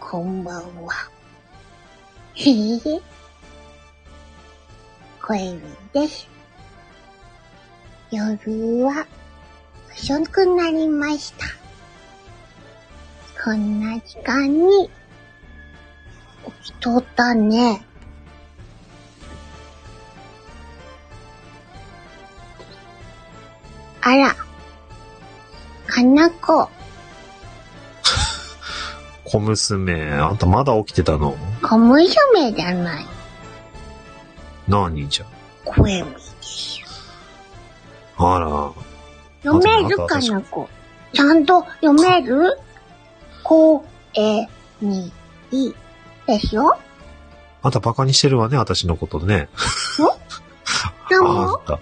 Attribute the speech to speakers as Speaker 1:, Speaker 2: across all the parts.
Speaker 1: こんばんは。へへへ。声にです。夜は、遅くなりました。こんな時間に、起きとったね。あら、かなこ、
Speaker 2: 小娘、あんたまだ起きてたの
Speaker 1: 小娘じゃない。
Speaker 2: 何じゃ
Speaker 1: 声もいいですよ。
Speaker 2: あら、
Speaker 1: 読めるかなこ。ちゃんと読めるこ、え、に、い、ですよ。
Speaker 2: あんたバカにしてるわね、私のことね。
Speaker 1: で
Speaker 2: あ
Speaker 1: も
Speaker 2: ん、た。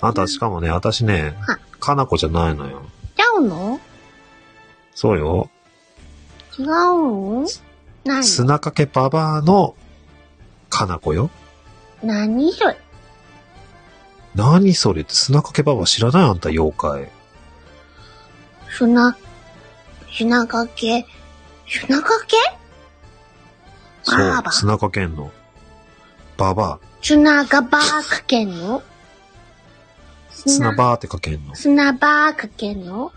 Speaker 2: あんた、しかもね、私ね
Speaker 1: は、
Speaker 2: かなこじゃないのよ。
Speaker 1: ちゃうの
Speaker 2: そうよ。
Speaker 1: 違うの何
Speaker 2: 砂かけババアの、かなこよ。
Speaker 1: 何それ
Speaker 2: 何それって砂かけババア知らないあんた、妖怪。
Speaker 1: 砂、砂かけ、砂かけ
Speaker 2: そ
Speaker 1: バ
Speaker 2: う
Speaker 1: ーバ、
Speaker 2: 砂かけんの。ババ
Speaker 1: 砂がばーかけんの
Speaker 2: ア。砂バーってかけんの。
Speaker 1: 砂ばーかけんの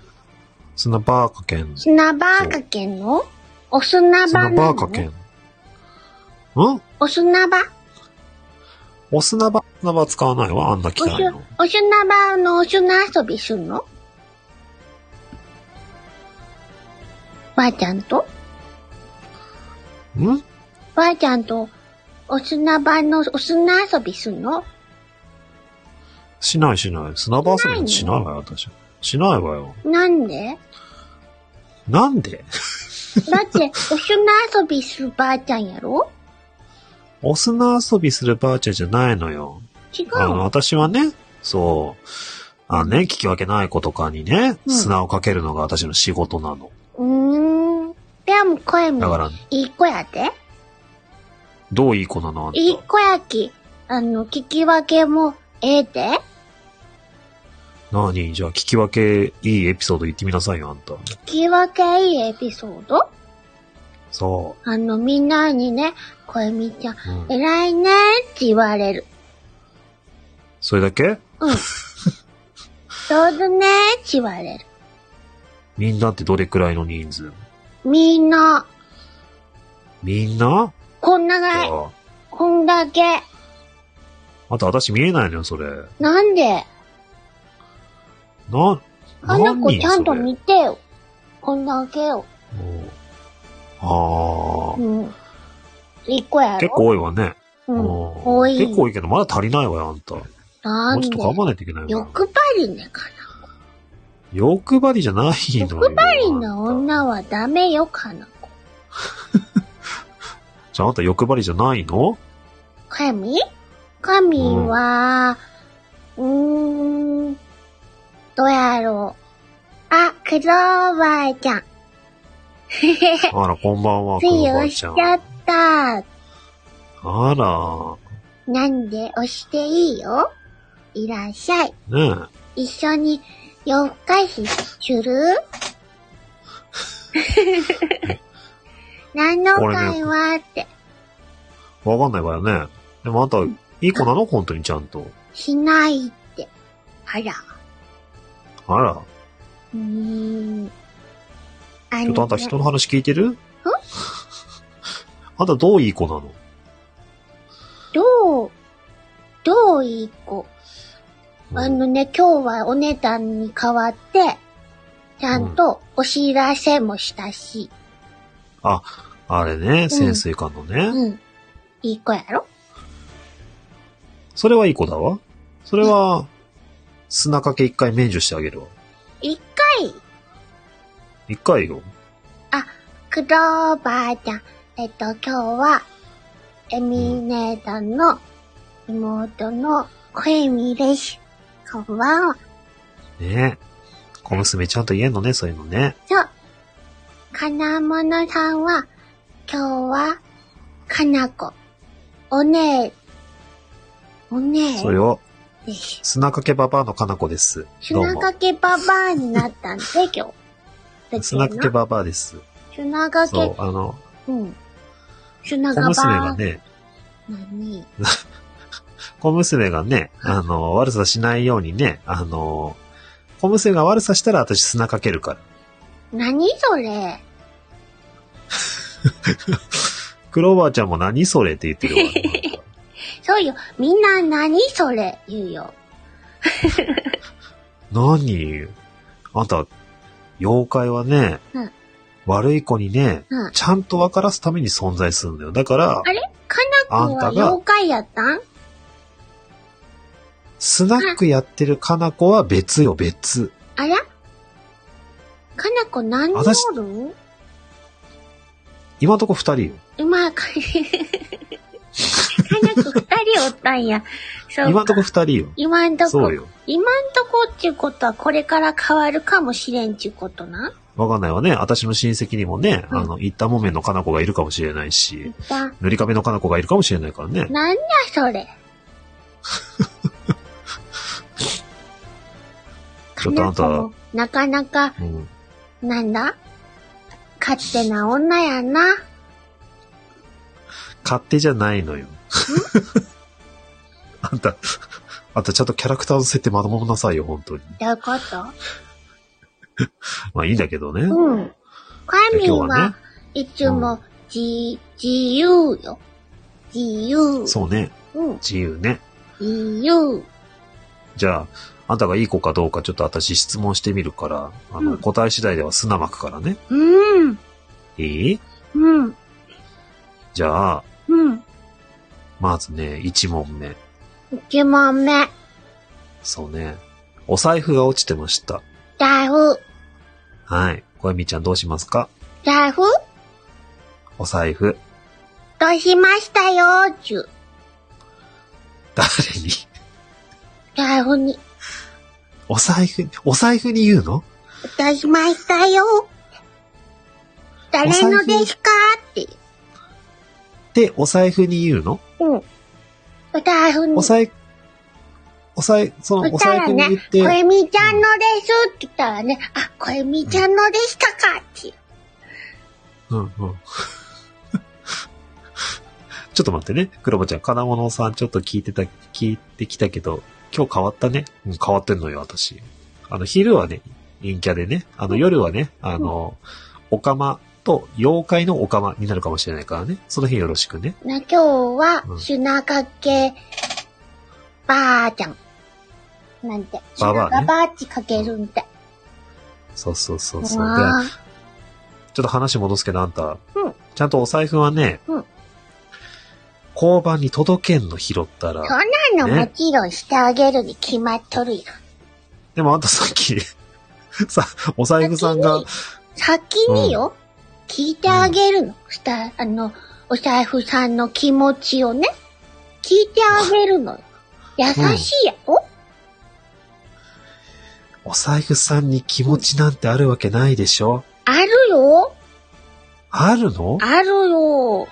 Speaker 2: 砂バーかけんの。
Speaker 1: 砂ばーかけんのお砂場
Speaker 2: 砂
Speaker 1: な
Speaker 2: バ
Speaker 1: の
Speaker 2: ーかけんの。ん
Speaker 1: お砂場
Speaker 2: お砂場、砂場使わないわ、あんな
Speaker 1: お
Speaker 2: 機械
Speaker 1: 砂
Speaker 2: の。
Speaker 1: お砂場のお砂遊びするのばあちゃんと
Speaker 2: ん
Speaker 1: ばあちゃんとお砂場のお砂遊びするの
Speaker 2: しないしない。砂場遊びしないわよ、私。しないわよ。
Speaker 1: なんで
Speaker 2: なんで
Speaker 1: だって、お砂遊びするばあちゃんやろ
Speaker 2: お砂遊びするばあちゃんじゃないのよ。
Speaker 1: 違う
Speaker 2: あの、
Speaker 1: の
Speaker 2: 私はね、そう。あのね、聞き分けない子とかにね、
Speaker 1: うん
Speaker 2: 砂をかけるのが私の仕事なの。
Speaker 1: うーん。でも声
Speaker 2: だか
Speaker 1: も
Speaker 2: ら、
Speaker 1: いい子やで。
Speaker 2: どういい子なのあんた。
Speaker 1: いい子やき、あの、聞き分けもええで。
Speaker 2: 何じゃあ、聞き分けいいエピソード言ってみなさいよ、あんた。
Speaker 1: 聞き分けいいエピソード
Speaker 2: そ
Speaker 1: あの、みんなにね、声みちゃん、
Speaker 2: う。うん、
Speaker 1: 偉いねって言われる。
Speaker 2: それだけ
Speaker 1: うん。上手ねって言われる。
Speaker 2: みんなってどれくらいの人数
Speaker 1: みんな、
Speaker 2: みんな
Speaker 1: こんな
Speaker 2: じ
Speaker 1: がい、
Speaker 2: ゃあ、
Speaker 1: こんだけ。
Speaker 2: あんた私見えないのよ、それ。
Speaker 1: なんで
Speaker 2: な、
Speaker 1: あの子
Speaker 2: 何人
Speaker 1: ちゃんと
Speaker 2: それ
Speaker 1: 見てよ。こんだけよ。
Speaker 2: あ
Speaker 1: うん。一個やろ
Speaker 2: あ、結構多いわね。
Speaker 1: う
Speaker 2: うん
Speaker 1: ん。多い。
Speaker 2: 結構多いけど、まだ足りないわよ、あんた。も
Speaker 1: なん
Speaker 2: う
Speaker 1: で
Speaker 2: ちょっと頑張らないといけないわ。
Speaker 1: 欲張りねかな。
Speaker 2: 欲張りじゃないのよ。
Speaker 1: 欲張りな
Speaker 2: あん
Speaker 1: 女はダメよ、かな子。
Speaker 2: た。じゃあ、あんた欲張りじゃない の
Speaker 1: 神神は、うーん、どうやろう。あ、クローバーちゃん。
Speaker 2: あら、こんばんは、
Speaker 1: つ
Speaker 2: くる
Speaker 1: い
Speaker 2: ば
Speaker 1: 押
Speaker 2: あ
Speaker 1: し
Speaker 2: ち
Speaker 1: ち
Speaker 2: ゃん。
Speaker 1: ゃった。
Speaker 2: あら、
Speaker 1: なんで押していいよ。いらっしゃい。
Speaker 2: ねえ。
Speaker 1: 一緒に夜更かしする何の会話って、
Speaker 2: わかんないわよね。でもあんた、いい子なの本当にちゃんと。
Speaker 1: しないって。あら。
Speaker 2: あら、
Speaker 1: うーん。あ
Speaker 2: ちょっとあんた
Speaker 1: ね
Speaker 2: 人の話聞いてるあんたどういい子なの
Speaker 1: どう、どういい子。あのね、今日はお姉さんに代わって、ちゃんとお知らせもしたし、
Speaker 2: あれね、潜水艦のね。
Speaker 1: うん。いい子やろ
Speaker 2: それはいい子だわ。それは、砂かけ一回免除してあげるわ。
Speaker 1: 一回、
Speaker 2: 一回よ。
Speaker 1: クローバーちゃん。えっと、今日は、エミネーさんの妹のコエミです。こんばんは。
Speaker 2: ねえ。小娘ちゃんと言えんのね、そういうのね。
Speaker 1: そう。金物さんは、今日は、かなこ。おねえ、おね
Speaker 2: そう
Speaker 1: え
Speaker 2: よ。
Speaker 1: です。
Speaker 2: 砂かけババアのかなこです。どう
Speaker 1: 砂
Speaker 2: も。
Speaker 1: かけババアになったんで、今日。
Speaker 2: 砂かけババアです。
Speaker 1: け砂がけ、
Speaker 2: そう
Speaker 1: う、
Speaker 2: あの、
Speaker 1: ん。砂
Speaker 2: 小
Speaker 1: がば
Speaker 2: 娘
Speaker 1: ー
Speaker 2: がね、
Speaker 1: 何
Speaker 2: 小娘がね、あの、悪さしないようにね、あの、小娘が悪さしたら私砂かけるから。
Speaker 1: 何それ
Speaker 2: クローバーちゃんも何それって言って るわ。
Speaker 1: そうよ。みんな何それ言うよ。
Speaker 2: 何あんた、妖怪はね、
Speaker 1: うん
Speaker 2: 悪い子にね、
Speaker 1: うん
Speaker 2: ちゃんと分からすために存在するんだよ。だから、
Speaker 1: あれかなこは
Speaker 2: あんたが
Speaker 1: 妖怪やったん
Speaker 2: スナックやってるかな子は別よ、別。
Speaker 1: あらかなこ何人おる
Speaker 2: 今んとこ二人よ。
Speaker 1: うまいか、かなこ二人おったんや。そう
Speaker 2: 今
Speaker 1: か
Speaker 2: んとこ二人よ。
Speaker 1: 今んとこ
Speaker 2: そう、よ。
Speaker 1: 今んとこっていうことはこれから変わるかもしれんちゅうことな。
Speaker 2: わかんないわね。私の親戚にもね、
Speaker 1: うん
Speaker 2: あの、行ったもめのかな子がいるかもしれないし、
Speaker 1: だ、
Speaker 2: 塗り壁のかな子がいるかもしれないからね。
Speaker 1: なんやそれ。
Speaker 2: ちょっとあんた
Speaker 1: かなこもなかなか、
Speaker 2: うん。
Speaker 1: なんだ勝手な女やな。
Speaker 2: 勝手じゃないのよ。 あんた、あんたちゃんとキャラクターの設定まともなさいよ、本当に。
Speaker 1: どういうこと
Speaker 2: まあいいんだけどね。
Speaker 1: うん。カミンはいつ
Speaker 2: う
Speaker 1: も
Speaker 2: ん
Speaker 1: じ、自由よ。自由。
Speaker 2: そうね。
Speaker 1: うん。
Speaker 2: 自由ね。
Speaker 1: 自由。
Speaker 2: じゃあ、あんたがいい子かどうかちょっと私質問してみるから、あの、
Speaker 1: うん
Speaker 2: 答え次第では砂まくからね。
Speaker 1: うん。
Speaker 2: いい
Speaker 1: うん。
Speaker 2: じゃあ、
Speaker 1: うん。
Speaker 2: まずね、1問目。
Speaker 1: 一問目。
Speaker 2: そうね。お財布が落ちてました。
Speaker 1: 財布。
Speaker 2: はい。これみーちゃんどうしますか
Speaker 1: 財布
Speaker 2: お財布。
Speaker 1: どうしましたよーちゅう。
Speaker 2: 誰に
Speaker 1: 財布に。
Speaker 2: お財布、お財布に言うの
Speaker 1: どうしましたよ誰のですかって。
Speaker 2: って、お財布に言うの
Speaker 1: うん。お財布に。
Speaker 2: お財、お財、その、
Speaker 1: そ
Speaker 2: お
Speaker 1: した
Speaker 2: 財
Speaker 1: ら
Speaker 2: 布
Speaker 1: ね
Speaker 2: に言っ、
Speaker 1: こ
Speaker 2: て、
Speaker 1: えみちゃんのですって言ったらね、あ、こえみちゃんのでしたかっていう。
Speaker 2: うん うん。ちょっと待ってね。黒ロちゃん、金物さんちょっと聞いてた、聞いてきたけど、今日変わったね。うん、変わってんのよ、私。あの、昼はね、陰キャでね。あの、夜はね、あの、オカマと妖怪のオカマになるかもしれないからね。その日よろしくね。
Speaker 1: な、今日
Speaker 2: う
Speaker 1: は、
Speaker 2: ん
Speaker 1: 砂かけ、ばあちゃん。なんて。
Speaker 2: ばば
Speaker 1: 砂
Speaker 2: あね
Speaker 1: がばあちかけるんで。
Speaker 2: そうそうそうそう。で
Speaker 1: わあ
Speaker 2: ちょっと話戻すけど、あんた。
Speaker 1: うん
Speaker 2: ちゃんとお財布はね、
Speaker 1: うん
Speaker 2: 交番に届けんの拾ったら。
Speaker 1: そんなのもちろんしてあげるに決まっとるよ。
Speaker 2: でもあんたさっき、 さ、お財布さんが、
Speaker 1: 先によ、聞いてあげるの。した、あの、お財布さんの気持ちをね、聞いてあげるのよ。優しいやろ、
Speaker 2: お財布さんに気持ちなんてあるわけないでしょ
Speaker 1: あるよ
Speaker 2: あるの
Speaker 1: ある よ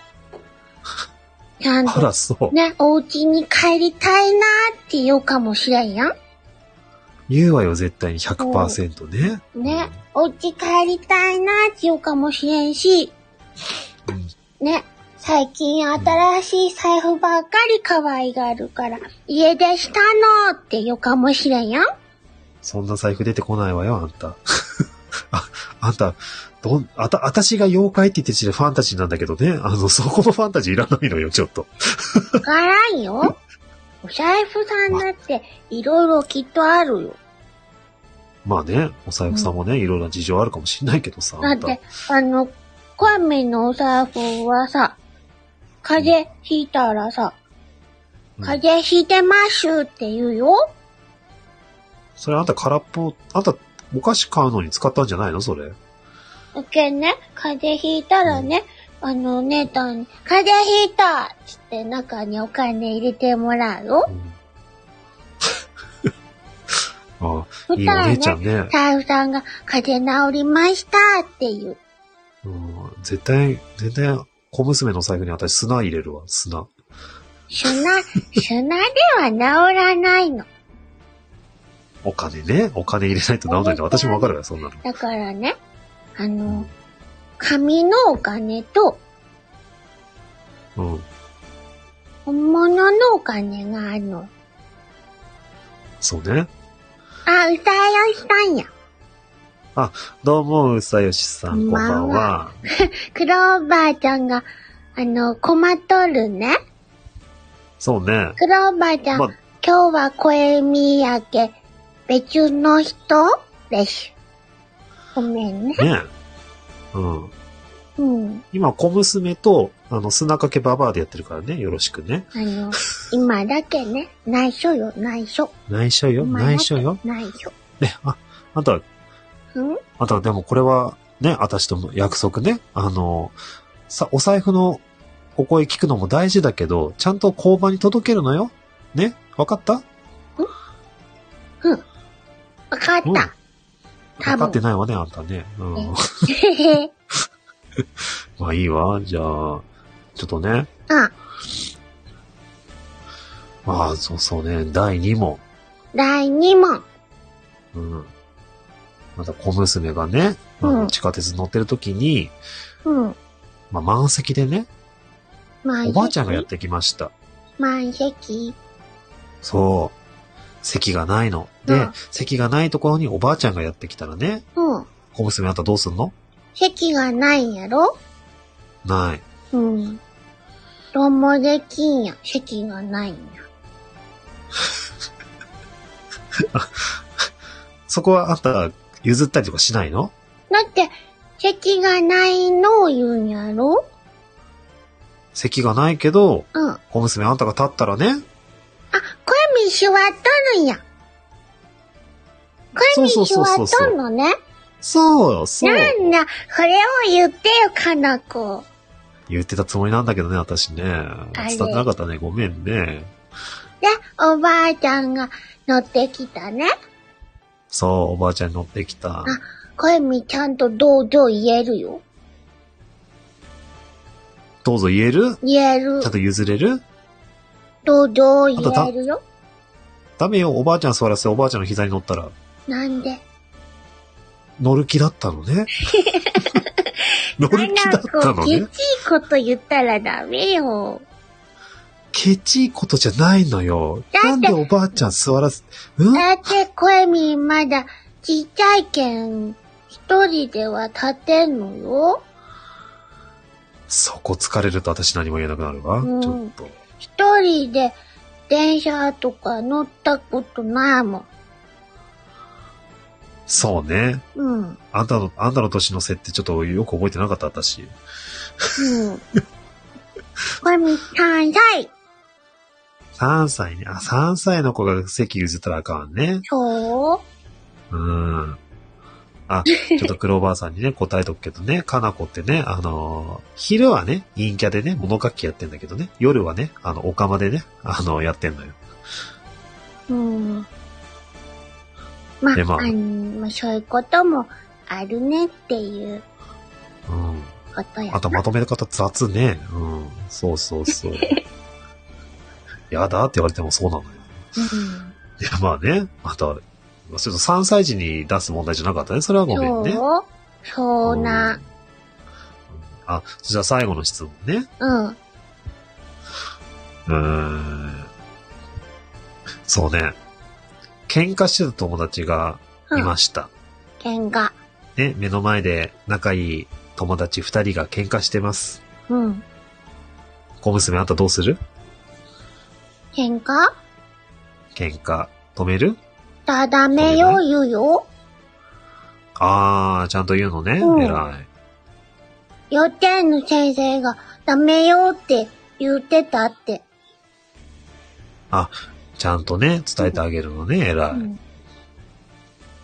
Speaker 1: ちゃん
Speaker 2: あ
Speaker 1: と
Speaker 2: ら、そう。
Speaker 1: ね、お家に帰りたいなーって言うかもしれんやん。
Speaker 2: 言うわよ、絶対に100%ね。
Speaker 1: ね、お家帰りたいなーって言うかもしれんし、
Speaker 2: うん。
Speaker 1: ね、最近新しい財布ばっかり可愛がるから、家出したのーって言うかもしれんやん。
Speaker 2: そんな財布出てこないわよ、あんた。 あ、あんた、どん、あた、あたしが妖怪って言ってる時点でファンタジーなんだけどね。あの、そこのファンタジーいらないのよ、ちょっと。
Speaker 1: わからん よ。お財布さんだって、いろいろきっとあるよ。
Speaker 2: まあね、お財布さんもね、いろいろな事情あるかもしれないけどさ。
Speaker 1: だ
Speaker 2: あ
Speaker 1: っ
Speaker 2: んた
Speaker 1: て、あの、コアメのお財布はさ、風邪ひいたらさ、
Speaker 2: うん
Speaker 1: 風邪ひいてますって言うよ。
Speaker 2: それあんた空っぽ、あんた、お菓子買うのに使ったんじゃないの それ。
Speaker 1: だけんね、風邪ひいたらね、あの、お姉たんに、風邪ひいたっつって中にお金入れてもらうよ
Speaker 2: う。んああ、
Speaker 1: そ
Speaker 2: い
Speaker 1: し
Speaker 2: い
Speaker 1: た
Speaker 2: お
Speaker 1: ら
Speaker 2: 姉ちゃん
Speaker 1: ね、
Speaker 2: ね。
Speaker 1: 財布さんが風邪治りましたって言う。
Speaker 2: うん、絶対、絶対、小娘の財布に私砂入れるわ、砂。
Speaker 1: 砂、砂では治らないの。
Speaker 2: お金ね。お金入れないと治んないんだ。私もわかるわよ、そんなの。
Speaker 1: だからね、あ
Speaker 2: う
Speaker 1: の
Speaker 2: ん、
Speaker 1: 紙のお金と
Speaker 2: うん。
Speaker 1: 本物のお金があるの。
Speaker 2: そうね。
Speaker 1: あ、歌いをしたんや。
Speaker 2: どうも、うさよしさん、こんばんは。
Speaker 1: クローバーちゃんが、あの、困っとるね。
Speaker 2: そうね。
Speaker 1: クローバーちゃん、
Speaker 2: まあ
Speaker 1: 今日は声見やけ、別の人です。ごめんね。
Speaker 2: ね。うん。
Speaker 1: うん。
Speaker 2: 今、小娘と、あの、砂かけババアでやってるからね。よろしくね。
Speaker 1: あ の、今だけね、内緒よ、内緒。
Speaker 2: 内緒よ。
Speaker 1: 今だけ
Speaker 2: 内緒よ。
Speaker 1: 内緒。
Speaker 2: ね、あ、あとは、
Speaker 1: うん
Speaker 2: あとはでもこれは、ね、私との約束ね。あの、さ、お財布のお声聞くのも大事だけど、ちゃんと交番に届けるのよ。ねわかった
Speaker 1: わかっ
Speaker 2: うん。
Speaker 1: た。多
Speaker 2: わかって
Speaker 1: 分。
Speaker 2: ないわね、あんたね。うん
Speaker 1: え。へ へ。
Speaker 2: まあいいわ。じゃあ、ちょっとね。
Speaker 1: うん。
Speaker 2: まあ、そうそうね。第2問。
Speaker 1: 第2問。
Speaker 2: うん。また小娘がね、あ
Speaker 1: う
Speaker 2: の
Speaker 1: ん
Speaker 2: 地下鉄乗ってる時に、
Speaker 1: うん。
Speaker 2: まあ満席でね、
Speaker 1: 満席。
Speaker 2: おばあちゃんがやってきました。
Speaker 1: 満席。
Speaker 2: そう。席がないの。で、
Speaker 1: うん
Speaker 2: 席がないところにおばあちゃんがやってきたらね、
Speaker 1: うん。
Speaker 2: 小娘あんたどうすんの
Speaker 1: 席がないんやろ
Speaker 2: ない。
Speaker 1: うん。どうもできんや。席がないんや。
Speaker 2: そこはあんた譲ったりとかしないの
Speaker 1: だって、席がないのを言うんやろ
Speaker 2: 席がないけど、
Speaker 1: うん。あ、
Speaker 2: 小娘あんたが立ったらね、
Speaker 1: 小指座っとるんや。小
Speaker 2: そうそう
Speaker 1: 指座
Speaker 2: そうそう
Speaker 1: っとるのね。
Speaker 2: そうよ、そう。
Speaker 1: なんだ、これを言ってよ、かなこ。
Speaker 2: 言ってたつもりなんだけどね、私ね。
Speaker 1: あれ
Speaker 2: 伝わってなかったね、ごめんね。
Speaker 1: で、おばあちゃんが乗ってきたね。
Speaker 2: そう、おばあちゃん乗ってきた。
Speaker 1: 小指ちゃんと同情言えるよ。
Speaker 2: どうぞ言える
Speaker 1: 言える
Speaker 2: ちゃん。と譲れる
Speaker 1: 同情言えるよ。
Speaker 2: ダメよ、おばあちゃん座らせて、おばあちゃんの膝に乗ったら、
Speaker 1: なんで
Speaker 2: 乗る気だったの ね。乗
Speaker 1: か
Speaker 2: る気だった
Speaker 1: なこ、
Speaker 2: の
Speaker 1: きちい
Speaker 2: ね。
Speaker 1: こと言ったらダメよ。
Speaker 2: ケチいことじゃないのよ。
Speaker 1: だって
Speaker 2: なんでおばあちゃん座らせ、うん
Speaker 1: だって、声みまだちっちゃいけん、一人では立てんのよ。
Speaker 2: そこ疲れると私何も言えなくなるわ。
Speaker 1: うん
Speaker 2: ちょっと。
Speaker 1: 一人で電車とか乗ったことないもん。
Speaker 2: そうね。
Speaker 1: うん。うん。
Speaker 2: あんたの、あんたの年の設定ちょっとよく覚えてなかった私。
Speaker 1: 声み3歳。
Speaker 2: 3歳ね。あ、3歳の子が席譲ったらあかんね。
Speaker 1: そう
Speaker 2: うん。あ、ちょっとクローバーさんにね、答えとくけどね、かなこってね、あのー昼はね、陰キャでね、物書きやってんだけどね、夜はね、あの、お釜でね、あのやってんのよ。
Speaker 1: うん。まあ、
Speaker 2: でまあ
Speaker 1: あのまあ、そういうこともあるねっていう
Speaker 2: うん。
Speaker 1: ことや
Speaker 2: あ。とまとめ方雑ね。うん。そうそうそう。やだって言われてもそうなのよ。
Speaker 1: うん
Speaker 2: いや、まあね、また、まあそれと3歳児に出す問題じゃなかったね。それはごめんね。
Speaker 1: そうそうな。
Speaker 2: うんあ、じゃあ最後の質問ね。
Speaker 1: うん。
Speaker 2: うーん。そうね。喧嘩してた友達が
Speaker 1: う
Speaker 2: い
Speaker 1: ん
Speaker 2: ま。した。
Speaker 1: 喧嘩。
Speaker 2: ね、目の前で仲いい友達二人が喧嘩してます。
Speaker 1: うん。
Speaker 2: 小娘あんたどうする
Speaker 1: 喧嘩
Speaker 2: 喧嘩止める
Speaker 1: だだめよ、言うよ。
Speaker 2: あー、ちゃんと言うのね。
Speaker 1: うん
Speaker 2: 偉い。
Speaker 1: 幼稚園の先生がダメよって言ってたって。
Speaker 2: ちゃんとね、伝えてあげるのね。偉
Speaker 1: う
Speaker 2: い。
Speaker 1: ん。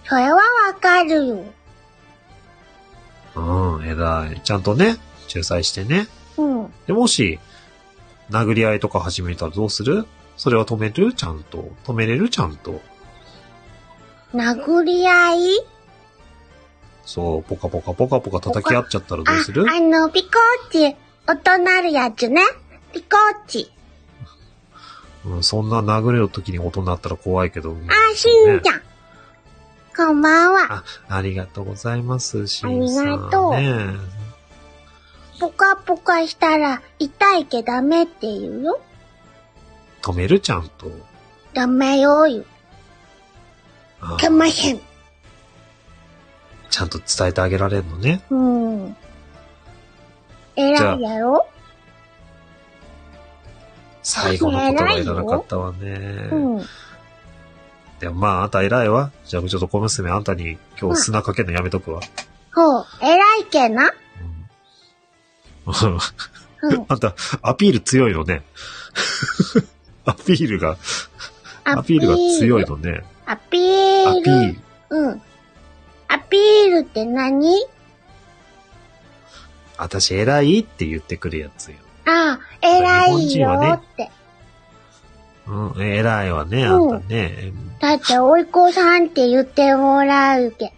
Speaker 1: それはわかるよ。
Speaker 2: うん、偉い。ちゃんとね、仲裁してね。
Speaker 1: うん。
Speaker 2: で、もし、殴り合いとか始めたらどうするそれは止めるちゃんと。止めれるちゃんと。
Speaker 1: 殴り合い
Speaker 2: そう、ポカポカポカポカ叩き合っちゃったら
Speaker 1: あ、
Speaker 2: どうする
Speaker 1: あの、ピコーチ、音なるやつね。ピコーチ。
Speaker 2: うん、そんな殴れる時に音になったら怖いけど。うん
Speaker 1: あ、しんちゃん。こんばんは。
Speaker 2: ありがとうございます、しん
Speaker 1: あ
Speaker 2: さん。
Speaker 1: りがとう
Speaker 2: ねえ
Speaker 1: ポカポカしたら痛いけダメって言うよ。
Speaker 2: 止めるちゃんと。
Speaker 1: ダメよ、言う。
Speaker 2: あー
Speaker 1: けません。
Speaker 2: ちゃんと伝えてあげられるのね。
Speaker 1: うん。偉いやろ
Speaker 2: 最後の言葉
Speaker 1: 偉
Speaker 2: い
Speaker 1: い
Speaker 2: ら
Speaker 1: よ
Speaker 2: なかったわね。
Speaker 1: うん。
Speaker 2: でもまあ、あんた偉いわ。じゃあ、ちょっと小娘、あんたに今日砂かけるのやめとくわ。
Speaker 1: ほう、偉いけな。
Speaker 2: うん
Speaker 1: うん。
Speaker 2: あんた、アピール強いのね。 アピールが、アピールが強い。のね。
Speaker 1: アピー
Speaker 2: ア
Speaker 1: ル。
Speaker 2: ピール。
Speaker 1: うん。アピールって何
Speaker 2: 私偉いって言ってくるやつよ。
Speaker 1: ああ、偉い
Speaker 2: 日本人
Speaker 1: よ
Speaker 2: は
Speaker 1: ー
Speaker 2: ね
Speaker 1: って。
Speaker 2: うん、偉いわね、あ
Speaker 1: うん
Speaker 2: んたね。
Speaker 1: だって、おいこさんって言ってもらうけ。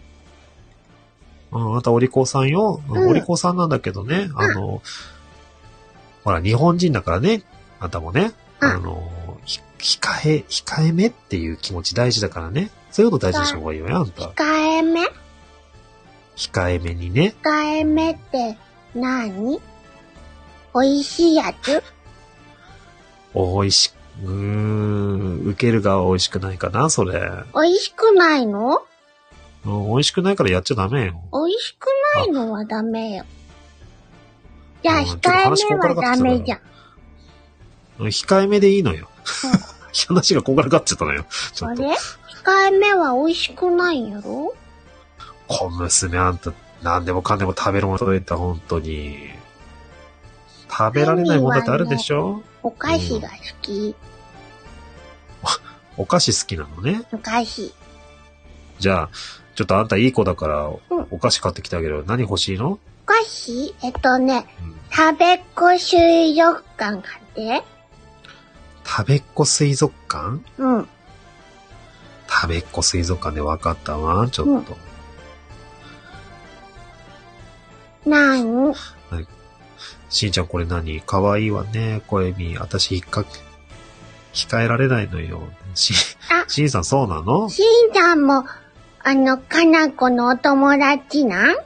Speaker 2: うん、あんたお利口さんよ。うん
Speaker 1: うん
Speaker 2: お利口さんなんだけどね。あの、ほら、日本人だからね。あんたもね。
Speaker 1: うん
Speaker 2: あの、ひ控え、控えめっていう気持ち大事だからね。そういうこと大事にした方がいいよね、あんた。
Speaker 1: 控えめ
Speaker 2: 控えめにね。
Speaker 1: 控えめって何美味しいやつ
Speaker 2: 美味し、うーん、受けるが美味しくないかな、それ。
Speaker 1: 美味しくないの
Speaker 2: うん、美味しくないからやっちゃダメよ。
Speaker 1: 美味しくないのはダメよ。じゃあ、
Speaker 2: うんちょっと
Speaker 1: 控
Speaker 2: 話
Speaker 1: えめはダメじゃん。
Speaker 2: うん控えめでいいのよ。 話がこんがらがっちゃったのよ。ちょ
Speaker 1: あ
Speaker 2: っ
Speaker 1: れ
Speaker 2: と。
Speaker 1: 控えめは美味しくないんやろ
Speaker 2: 小娘あんた、何でもかんでも食べるもの届いた、本当に。食べられないものだってあるでしょ
Speaker 1: お菓子が好き。
Speaker 2: お菓子好きなのね。
Speaker 1: お菓子。
Speaker 2: じゃあ、ちょっとあんたいい子だか
Speaker 1: う
Speaker 2: ら
Speaker 1: ん、
Speaker 2: お菓子買ってきてあげるよ。何欲しいの、
Speaker 1: お菓子えっとね、
Speaker 2: うん
Speaker 1: 食べっこ水族館買って。
Speaker 2: 食べっ子水族館
Speaker 1: うん。
Speaker 2: 食べっ子水族館で分かったわ、ちょっと。
Speaker 1: 何
Speaker 2: しんちゃんこれ何かわいいわね。これみ、私引っかけ、控えられないのよ。し、
Speaker 1: あ
Speaker 2: しんさんそうなの
Speaker 1: しんちゃんも、あの、かなこのお友達なん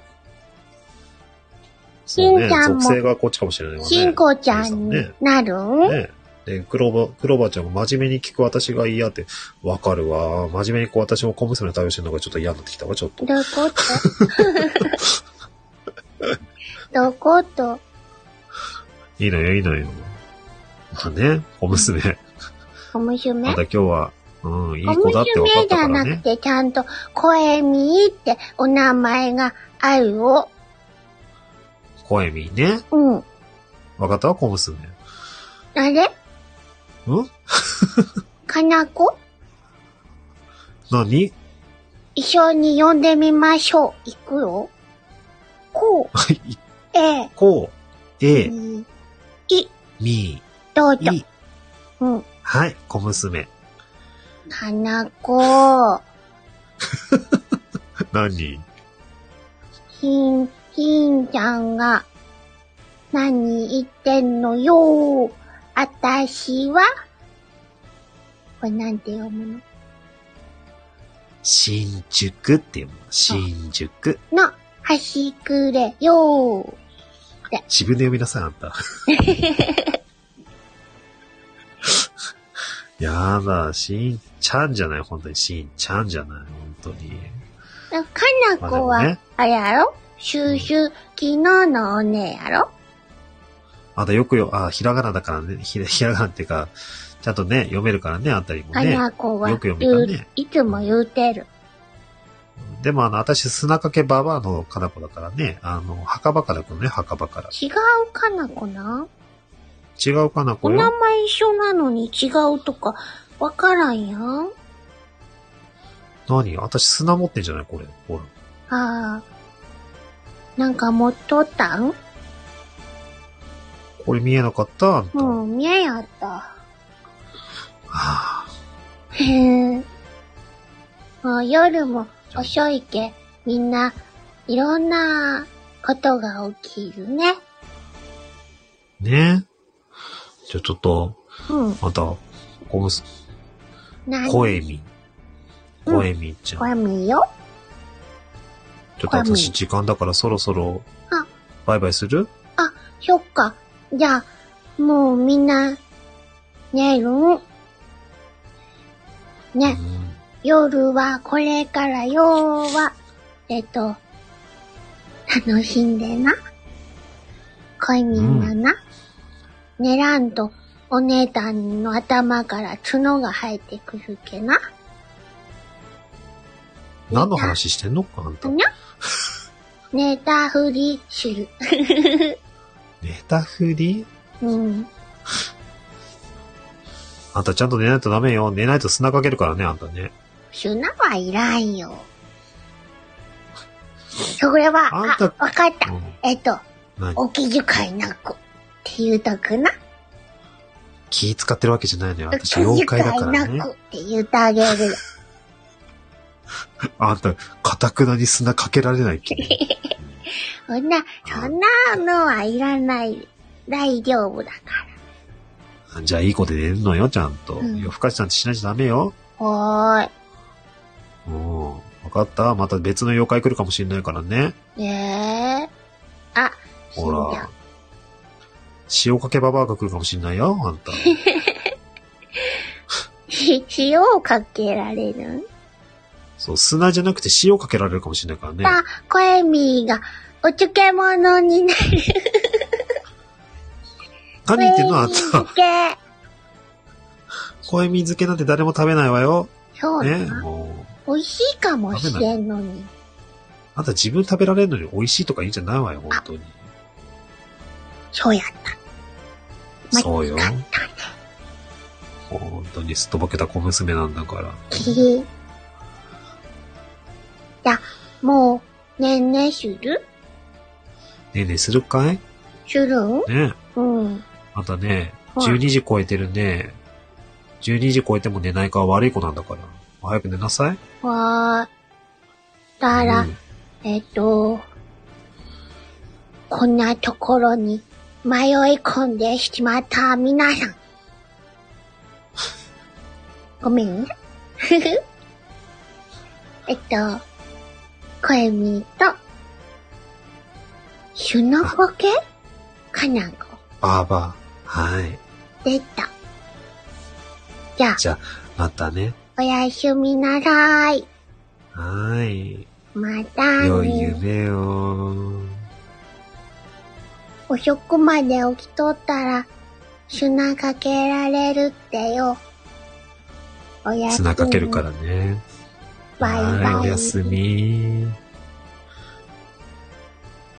Speaker 2: そうね
Speaker 1: しんちゃんも
Speaker 2: 属性がこっちかもしれないわね。
Speaker 1: しんこちゃ
Speaker 2: し
Speaker 1: ん
Speaker 2: ん
Speaker 1: に
Speaker 2: ね。
Speaker 1: なるん、
Speaker 2: ねで、黒ば、黒ばちゃんも真面目に聞く私が嫌って、わかるわ。真面目にこう私も小娘の対応してるのがちょっと嫌になってきたわ、ちょっと。
Speaker 1: どういうことどういう こと
Speaker 2: いいのよ、いいのよ。まあね、小娘。
Speaker 1: 小娘
Speaker 2: また今日は、うん、いい
Speaker 1: 小
Speaker 2: 子だって分か
Speaker 1: 娘
Speaker 2: っ
Speaker 1: じ
Speaker 2: たか
Speaker 1: ゃ
Speaker 2: ら
Speaker 1: なく
Speaker 2: ね。
Speaker 1: て、ちゃんと、声みってお名前があるよ。
Speaker 2: 声みね。
Speaker 1: うん。あ
Speaker 2: 分かったわ、小娘。
Speaker 1: れ
Speaker 2: うん
Speaker 1: かなこ
Speaker 2: 何
Speaker 1: 一緒に呼んでみましょう。いくよ。こう、
Speaker 2: はい
Speaker 1: え、
Speaker 2: こう、え、
Speaker 1: い、
Speaker 2: み、
Speaker 1: どうぞ。
Speaker 2: い。
Speaker 1: うん。
Speaker 2: はい、小娘。
Speaker 1: かなこ、
Speaker 2: 何
Speaker 1: ひん、ひんちゃんが、何言ってんのよ。あたしは、これなんて読む
Speaker 2: 新宿っていうの。新宿。
Speaker 1: のの、端くれよ。
Speaker 2: 自分で読みなさい、あ んた。やだ、しんちゃんじゃない、本当に。しんちゃんじゃない、本当に。
Speaker 1: かなこ
Speaker 2: まあでも
Speaker 1: は
Speaker 2: ね、
Speaker 1: あれやろシューシュー、昨日のお姉やろ
Speaker 2: あんたよくよ、あ、ひらがなだからね、ひらひらがなっていうか、ちゃんとね、読めるからね、あんたりも
Speaker 1: か
Speaker 2: ね。
Speaker 1: なこは
Speaker 2: よく読めたね
Speaker 1: 言ういつも言うてる。
Speaker 2: でもあの、私、砂かけばばあのかなこだからね、あの、墓場からくね、墓場から。
Speaker 1: 違うかなこな
Speaker 2: 違うかな、
Speaker 1: お
Speaker 2: これ
Speaker 1: 名。前一緒なのに違うとか、わからんやん。
Speaker 2: 何私、砂持ってんじゃないこれ。ほら。
Speaker 1: あーなんか持っとったん
Speaker 2: これ見えなかったあんた。は
Speaker 1: うん、見えやった。
Speaker 2: あ
Speaker 1: へーもう夜も遅いけ、みんな、いろんなことが起きるね。
Speaker 2: ねじゃあちょっと、
Speaker 1: うん。
Speaker 2: また、こむす、
Speaker 1: 何
Speaker 2: 声み。
Speaker 1: うん
Speaker 2: 声みちゃん。
Speaker 1: これ見よ。
Speaker 2: ちょっと
Speaker 1: 声み
Speaker 2: 私時間だからそろそろ
Speaker 1: あ、
Speaker 2: バイバイする
Speaker 1: そっか。じゃあ、もうみんな、寝るね。
Speaker 2: うん
Speaker 1: 夜はこれからよは、えっと、楽しんでな。恋みんなな。寝らんと、お姉たんの頭から角が生えてくるけな。
Speaker 2: 何の話してんのあんた。
Speaker 1: にゃ寝たふりする。
Speaker 2: 寝たふり
Speaker 1: うん。
Speaker 2: あんたちゃんと寝ないとダメよ。寝ないと砂かけるからね、あんたね。
Speaker 1: 砂はいらんよ。それは、
Speaker 2: あん
Speaker 1: あ
Speaker 2: た、
Speaker 1: わかった
Speaker 2: う。ん
Speaker 1: えっと、
Speaker 2: 何
Speaker 1: お気遣いなく。って言うとくな。
Speaker 2: 気使ってるわけじゃないの
Speaker 1: お
Speaker 2: よ。
Speaker 1: 気
Speaker 2: 私、
Speaker 1: 遣
Speaker 2: 妖怪だか
Speaker 1: い
Speaker 2: ら
Speaker 1: な
Speaker 2: ね。
Speaker 1: くって言うてあげるよ。
Speaker 2: あんた、かたくなに砂かけられないけど。
Speaker 1: そんな、そんなのはいらない。大丈夫だか
Speaker 2: じゃあ、いい子で寝るのよ、ちゃんと。
Speaker 1: うん
Speaker 2: 夜更かしなんてしないとダメよ。
Speaker 1: ら。おー
Speaker 2: うん。わかったまた別の妖怪来るかもしれないからね。
Speaker 1: い。えー。あ、死ん
Speaker 2: ほ
Speaker 1: じゃ
Speaker 2: ら。塩かけババアが来るかもしれないよ、あん た。
Speaker 1: う。塩をかけられる
Speaker 2: そう、砂じゃなくて塩かけられるかもしれないからね。
Speaker 1: あ、コエミーが、お漬物になる。
Speaker 2: 何言ってんのあん
Speaker 1: コエミ
Speaker 2: た。
Speaker 1: 漬け。
Speaker 2: 声水漬けなんて誰も食べないわよ。
Speaker 1: そう
Speaker 2: ね、
Speaker 1: な。
Speaker 2: もう。
Speaker 1: 美味しいかもしれんのに。
Speaker 2: あんた自分食べられるのに美味しいとか言うんじゃないわよ、本当に。
Speaker 1: そうやまあ
Speaker 2: そうよ。本当にすっとぼけた小娘なんだから。
Speaker 1: き。いや、もう、ねんねする
Speaker 2: ねえねえ、するかい
Speaker 1: するん
Speaker 2: ね
Speaker 1: うん。
Speaker 2: え。あんたね、
Speaker 1: はい
Speaker 2: 12時超えてるね。12時超えても寝ないから悪い子なんだから。早く寝なさい。
Speaker 1: わー。だら、
Speaker 2: うん
Speaker 1: えっと、こんなところに迷い込んでしまった皆さん。 ごめんね。 ふふ。えっと、こえみと、シュノボケかなご
Speaker 2: ばあば。はい。
Speaker 1: 出た。じゃあ、
Speaker 2: じゃあ、またね。
Speaker 1: おやすみなさい。
Speaker 2: はい。
Speaker 1: また
Speaker 2: 良い
Speaker 1: ね。
Speaker 2: 夢を。
Speaker 1: 遅くまで起きとったら、砂かけられるってよ。おやすみ。
Speaker 2: 砂かけるからね。
Speaker 1: バイバイ
Speaker 2: はい、おやすみ。